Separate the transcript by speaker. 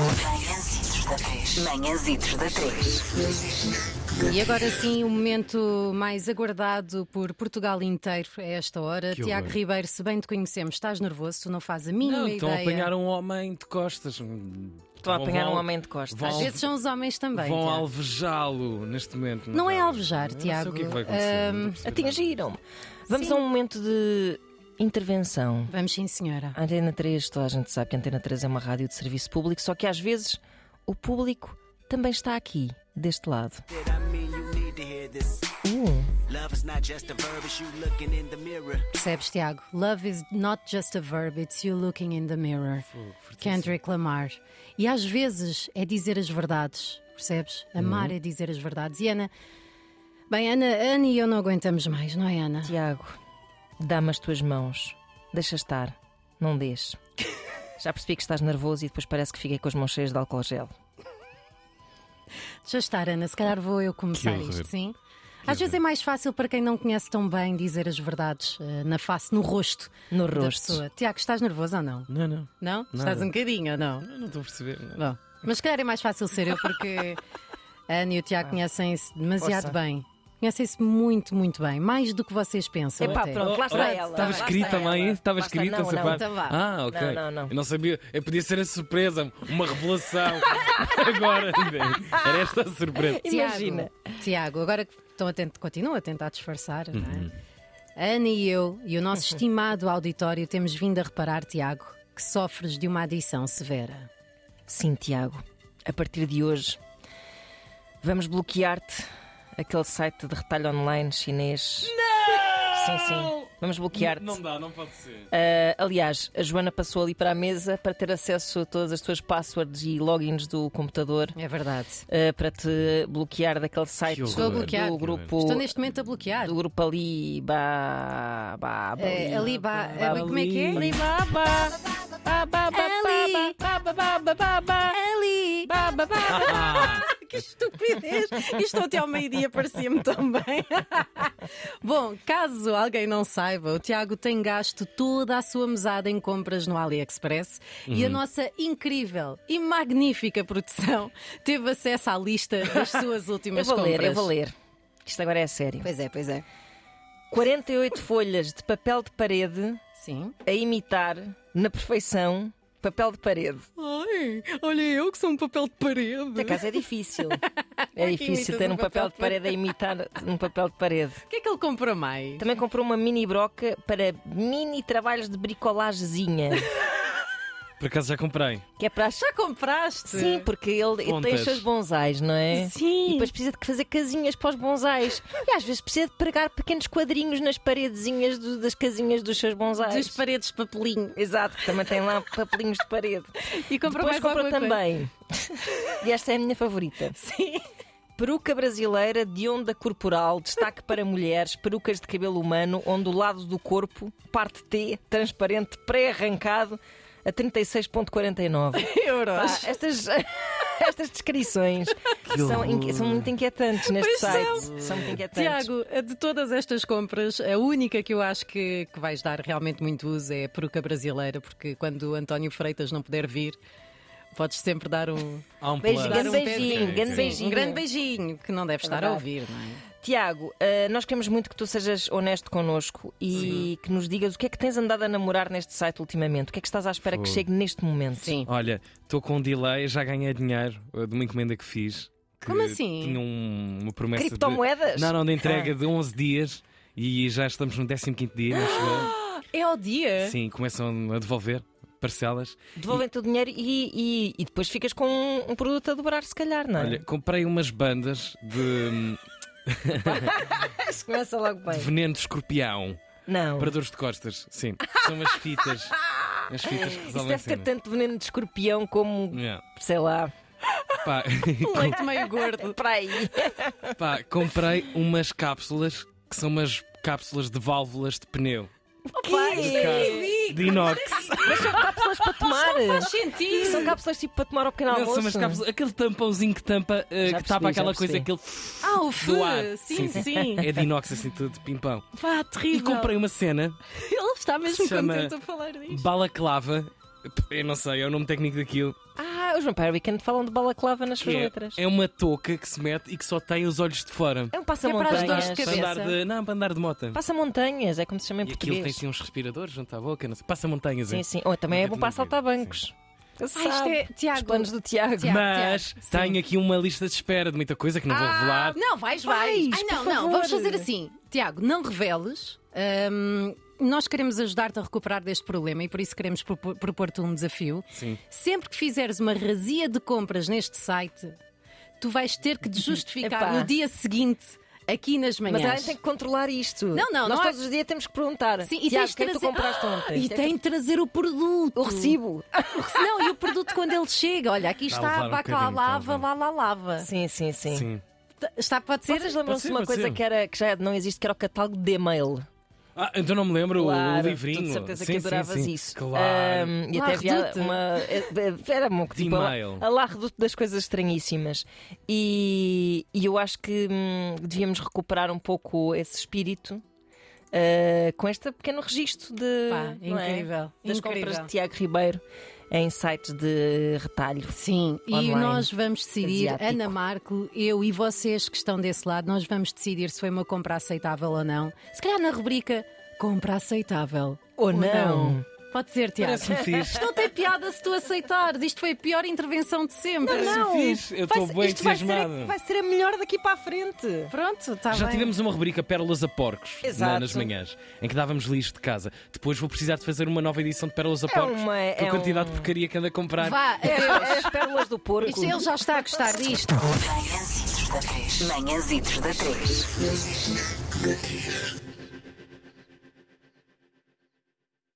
Speaker 1: Manhãzitos da 3. Manhãzitos da 3.
Speaker 2: E agora sim, o momento mais aguardado por Portugal inteiro a esta hora.
Speaker 3: Que
Speaker 2: Tiago
Speaker 3: horror.
Speaker 2: Ribeiro, se bem te conhecemos, estás nervoso, tu não fazes a mínima
Speaker 3: Não,
Speaker 2: ideia.
Speaker 3: estão a apanhar um homem de costas. Estão
Speaker 4: a apanhar um homem de costas.
Speaker 3: Vão,
Speaker 2: Às vezes são os homens também.
Speaker 3: vão
Speaker 2: Tiago.
Speaker 3: alvejá-lo neste momento.
Speaker 2: Não é
Speaker 3: está?
Speaker 2: alvejar,
Speaker 3: Eu não
Speaker 2: Tiago.
Speaker 3: Sei o que é que vai acontecer. não
Speaker 2: Ahm,
Speaker 3: estou a perceber nada.
Speaker 4: Atingiram-me. Vamos
Speaker 2: Sim.
Speaker 4: a um momento de intervenção.
Speaker 2: Vamos sim, senhora.
Speaker 4: A Antena 3, toda a gente sabe que a Antena 3 é uma rádio de serviço público, só que às vezes o público também está aqui, deste lado.
Speaker 5: I mean, you need to hear this.
Speaker 4: Uh,
Speaker 5: Love is not just a verb, it's you looking in the mirror.
Speaker 2: Percebes, Tiago? Love is not just a verb, it's you looking in the mirror. Kendrick Lamar. E às vezes é dizer as verdades, percebes?
Speaker 3: Uhum.
Speaker 2: Amar é dizer as verdades. E Ana. Bem, Ana, Ana e eu não aguentamos mais, não é, Ana?
Speaker 4: Tiago, dá-me as tuas mãos. Deixa estar. Não deixe. Já percebi que estás nervoso e depois parece que fiquei com as mãos cheias de álcool gel.
Speaker 2: Deixa estar, Ana, se calhar vou eu começar
Speaker 3: horror.
Speaker 2: isto, sim? Às vezes é mais fácil para quem não conhece tão bem dizer as verdades eh, na face, no rosto.
Speaker 4: No
Speaker 2: da
Speaker 4: rosto.
Speaker 2: pessoa. Tiago, estás nervoso ou não?
Speaker 3: Não, não.
Speaker 2: Não?
Speaker 3: Nada.
Speaker 2: Estás um bocadinho ou não?
Speaker 3: Eu não estou a perceber. não.
Speaker 2: Bom, mas se calhar é mais fácil ser eu porque a Ana e o Tiago conhecem-se demasiado
Speaker 4: força.
Speaker 2: bem. Conhecem-se muito, muito bem. Mais do que vocês pensam.
Speaker 4: Epá,
Speaker 2: até.
Speaker 4: pronto, lá
Speaker 3: Oh,
Speaker 4: está
Speaker 3: oh,
Speaker 4: ela.
Speaker 3: Estava
Speaker 4: lá
Speaker 3: escrito
Speaker 4: está ela.
Speaker 3: também? Estava
Speaker 4: Lá está-
Speaker 3: escrito
Speaker 4: não,
Speaker 3: essa
Speaker 4: não,
Speaker 3: parte?
Speaker 2: então vá.
Speaker 3: Ah, ok.
Speaker 4: Não, não, não.
Speaker 3: Eu não sabia. Eu podia ser a surpresa, uma revelação. Agora. Era esta a surpresa.
Speaker 2: Tiago,
Speaker 4: Imagina.
Speaker 2: Tiago, agora que estão a tentar, continuam a tentar disfarçar, não é? Ana e eu e o nosso estimado auditório temos vindo a reparar, Tiago, que sofres de uma adição severa.
Speaker 4: Sim, Tiago. A partir de hoje, vamos bloquear-te aquele site de retalho online chinês. Não! Sim, sim. Vamos bloquear-te.
Speaker 3: Não dá, não pode ser.
Speaker 4: Ah, aliás, a Joana passou ali para a mesa para ter acesso a todas as tuas passwords e logins do computador.
Speaker 2: É verdade.
Speaker 4: ah, para te bloquear daquele site
Speaker 3: Que horror. Estou a
Speaker 2: bloquear.
Speaker 4: do grupo
Speaker 2: Estou neste momento a bloquear.
Speaker 4: do grupo ali ba, ba, ba,
Speaker 2: É, ali, ba, é,
Speaker 4: ba-
Speaker 2: como é que é?
Speaker 4: ali, ba, ba, ba, ba, ba,
Speaker 2: Ali.
Speaker 4: ba, ba, ba, ba, ba, ba.
Speaker 2: Ali!
Speaker 4: Ba, ba, ba.
Speaker 3: Ah,
Speaker 2: Que estupidez! Isto até ao meio-dia parecia-me também. Bom, caso alguém não saiba, o Tiago tem gasto toda a sua mesada em compras no AliExpress e a
Speaker 4: Uhum.
Speaker 2: nossa incrível e magnífica produção teve acesso à lista das suas
Speaker 4: Eu
Speaker 2: últimas
Speaker 4: vou
Speaker 2: compras.
Speaker 4: ler, eu vou ler. Isto agora é sério.
Speaker 2: Pois é, pois é.
Speaker 4: 48 folhas de papel de parede
Speaker 2: Sim.
Speaker 4: a imitar, na perfeição, papel de parede.
Speaker 2: Ai, olha eu que sou um papel de
Speaker 4: Por
Speaker 2: parede.
Speaker 4: acaso é difícil. É
Speaker 2: que
Speaker 4: difícil
Speaker 2: imitas
Speaker 4: ter
Speaker 2: um
Speaker 4: um
Speaker 2: papel
Speaker 4: papel
Speaker 2: de
Speaker 4: de parede a imitar um papel de parede.
Speaker 2: O que é que ele comprou mais?
Speaker 4: Também comprou uma mini broca para mini trabalhos de bricolagezinha.
Speaker 3: Por acaso já comprei.
Speaker 4: Que é para as...
Speaker 2: Já compraste?
Speaker 4: Sim, porque ele, ele tem
Speaker 3: Pontas.
Speaker 4: os seus bonsais, não é?
Speaker 2: Sim.
Speaker 4: E depois precisa de fazer casinhas para os bonsais. E às vezes precisa de pregar pequenos quadrinhos nas paredezinhas do- das casinhas dos seus bonsais.
Speaker 2: Dos paredes de papelinho.
Speaker 4: Exato, que também tem lá papelinhos de parede.
Speaker 2: E comprou mais
Speaker 4: Depois comprou
Speaker 2: alguma coisa?
Speaker 4: também. E esta é a minha favorita.
Speaker 2: Sim.
Speaker 4: Peruca brasileira de onda corporal, destaque para mulheres, perucas de cabelo humano, ondulado do corpo, parte T, transparente, pré-arrancado, a 36,49.
Speaker 2: Euros.
Speaker 4: Pá, estas, estas descrições são, inqui- são muito inquietantes neste site. São. muito inquietantes.
Speaker 2: Tiago, de todas estas compras, a única que eu acho que, que vais dar realmente muito uso é a peruca brasileira, porque quando o António Freitas não puder vir, podes sempre dar um,
Speaker 3: Há um
Speaker 4: Beijinho,
Speaker 3: plano.
Speaker 4: grande
Speaker 2: Dar um
Speaker 4: beijinho,
Speaker 3: pezinho.
Speaker 4: grande
Speaker 3: Sim,
Speaker 2: um
Speaker 4: beijinho.
Speaker 2: grande beijinho, que não deve estar a
Speaker 4: verdade.
Speaker 2: ouvir, não é?
Speaker 4: Tiago, ah, nós queremos muito que tu sejas honesto connosco e que nos digas o que é que tens andado a namorar neste site ultimamente. O que é que estás à espera que
Speaker 3: Fogo.
Speaker 4: chegue neste momento?
Speaker 2: Sim.
Speaker 3: Olha, estou com um delay, já ganhei dinheiro uh, de uma encomenda que fiz. que
Speaker 2: Como assim? Ah.
Speaker 3: Tinha um- uma promessa. de-
Speaker 4: Criptomoedas?
Speaker 3: Não, não, de entrega de 11 dias e já estamos no 15 dia. não chegou.
Speaker 2: É ao dia?
Speaker 3: Sim, começam a devolver parcelas.
Speaker 4: Devolvem-te o dinheiro e, e- e depois ficas com um, um produto a dobrar, se calhar,
Speaker 2: Ah.
Speaker 4: não é?
Speaker 3: Olha, comprei umas bandas de, hum,
Speaker 4: Isso começa logo
Speaker 3: de veneno de escorpião
Speaker 4: Não.
Speaker 3: para dores de costas. Sim, são umas fitas. As fitas que
Speaker 4: Isso
Speaker 3: resolvem
Speaker 4: deve ter
Speaker 3: cenas.
Speaker 4: tanto veneno de escorpião como,
Speaker 3: Yeah.
Speaker 4: sei lá,
Speaker 3: Pá,
Speaker 2: Um leite meio gordo.
Speaker 4: para aí.
Speaker 3: pá, comprei umas cápsulas que são umas cápsulas de válvulas de pneu de inox.
Speaker 4: cápsulas para tomar.
Speaker 2: Sentido.
Speaker 4: São cápsulas tipo para tomar ao pequeno
Speaker 3: Não,
Speaker 4: almoço. é?
Speaker 3: são umas cápsulas, aquele tampãozinho que tampa, eh,
Speaker 4: Já
Speaker 3: que tapa
Speaker 4: percebi, já
Speaker 3: aquela coisa,
Speaker 4: percebi.
Speaker 3: aquele.
Speaker 2: Ah, o fã.
Speaker 3: do ar.
Speaker 2: Sim, sim.
Speaker 3: É de inox, assim, tudo de pimpão.
Speaker 2: Pá,
Speaker 3: E
Speaker 2: É terrível.
Speaker 3: comprei uma cena,
Speaker 2: Ele está mesmo
Speaker 3: Chama-
Speaker 2: contente a falar disto.
Speaker 3: balaclava, eu não sei, é o nome técnico daquilo.
Speaker 4: Ah, eu Os Vampire Weekend falam de balaclava nas suas
Speaker 3: Que é-
Speaker 4: letras.
Speaker 3: É uma touca que se mete e que só tem os olhos de fora.
Speaker 4: É um
Speaker 2: É para as dores de
Speaker 3: Para
Speaker 4: passa-montanhas.
Speaker 2: cabeça.
Speaker 3: andar de. Não, para andar de moto.
Speaker 4: Passa-montanhas, é como se chama em
Speaker 3: E aquilo tem
Speaker 4: português.
Speaker 3: assim uns respiradores junto à boca, não sei. Passa montanhas,
Speaker 4: Sim,
Speaker 3: hein?
Speaker 4: sim. Ou também é bom para saltar bancos.
Speaker 2: Ah, isto é- Tiago.
Speaker 4: Os planos do Tiago.
Speaker 2: Tiago.
Speaker 3: Mas
Speaker 2: Tiago, sim.
Speaker 3: tenho aqui uma lista de espera de muita coisa que não vou
Speaker 4: Ah,
Speaker 3: revelar.
Speaker 2: Ah, Não, vais, vais.
Speaker 4: Vais,
Speaker 2: Ai,
Speaker 4: por
Speaker 2: não, não.
Speaker 4: favor.
Speaker 2: Vamos fazer assim. Tiago, não reveles. Hum, nós queremos ajudar-te a recuperar deste problema e por isso queremos propor- propor-te um desafio.
Speaker 3: Sim.
Speaker 2: Sempre que fizeres uma razia de compras neste site, tu vais ter que te justificar
Speaker 4: Epá.
Speaker 2: no dia seguinte, aqui nas
Speaker 4: Mas
Speaker 2: manhãs.
Speaker 4: a gente tem que controlar isto.
Speaker 2: Não, não,
Speaker 4: Nós
Speaker 2: não há-
Speaker 4: todos os dias temos que perguntar.
Speaker 2: Sim, e
Speaker 4: Tiago,
Speaker 2: tens
Speaker 4: o que é que tu
Speaker 2: trazer- Ah,
Speaker 4: compraste ontem?
Speaker 2: E
Speaker 4: Isto é
Speaker 2: tem de trazer o produto.
Speaker 4: O recibo.
Speaker 2: O recibo. Não, e o produto quando ele chega. Olha, aqui
Speaker 3: Está a
Speaker 2: está,
Speaker 3: levar um
Speaker 2: bacalhau,
Speaker 3: bocadinho, está
Speaker 2: lava, lá,
Speaker 3: a
Speaker 2: lá, lava.
Speaker 4: Sim, sim, sim.
Speaker 3: Sim.
Speaker 2: Está, pode ser?
Speaker 4: Vocês lembram-se de uma
Speaker 3: Pode ser, pode
Speaker 4: coisa
Speaker 3: ser.
Speaker 4: que, era, que já não existe, que era o catálogo de e-mail?
Speaker 3: Ah, então não me lembro
Speaker 4: Claro,
Speaker 3: o livrinho.
Speaker 4: De certeza
Speaker 3: Sim,
Speaker 4: que
Speaker 3: sim,
Speaker 4: adoravas
Speaker 3: sim.
Speaker 4: isso.
Speaker 3: Claro.
Speaker 4: Ahm, e
Speaker 2: Lá
Speaker 4: até havia
Speaker 2: reduto.
Speaker 4: uma. Era um tipo,
Speaker 3: E-mail.
Speaker 4: a lá reduto das coisas estranhíssimas. E, e eu acho que hum, devíamos recuperar um pouco esse espírito. ah, com este pequeno registro de
Speaker 2: Pá,
Speaker 4: não é?
Speaker 2: incrível,
Speaker 4: das
Speaker 2: incrível.
Speaker 4: compras de Tiago Ribeiro em sites de retalho.
Speaker 2: Sim, e
Speaker 4: Online.
Speaker 2: nós vamos decidir,
Speaker 4: Asiático.
Speaker 2: Ana Marco, eu e vocês que estão desse lado, nós vamos decidir se foi uma compra aceitável ou não. Se calhar na rubrica Compra Aceitável.
Speaker 4: Ou não.
Speaker 2: Pode ser, Tiago.
Speaker 3: Parece-me fixe.
Speaker 2: Isto não tem piada se tu aceitares. Isto foi a pior intervenção de sempre.
Speaker 3: Parece-me fixe. Eu estou bem
Speaker 4: isto vai ser,
Speaker 3: entusiasmado.
Speaker 4: a, vai ser a melhor daqui para a frente.
Speaker 2: Pronto, está
Speaker 3: Já
Speaker 2: bem.
Speaker 3: tivemos uma rubrica Pérolas a Porcos
Speaker 4: Tá Exato.
Speaker 3: na- nas manhãs, em que dávamos lixo de casa. Depois vou precisar de fazer uma nova edição de Pérolas a Porcos.
Speaker 4: uma-
Speaker 3: com a
Speaker 4: é
Speaker 3: quantidade
Speaker 4: um-
Speaker 3: de porcaria que anda a comprar.
Speaker 2: Vá,
Speaker 4: É,
Speaker 2: adeus.
Speaker 4: as pérolas do porco.
Speaker 2: Isto, ele já está a gostar disto.
Speaker 1: Manhãzitos da 3. Manhãzitos da 3.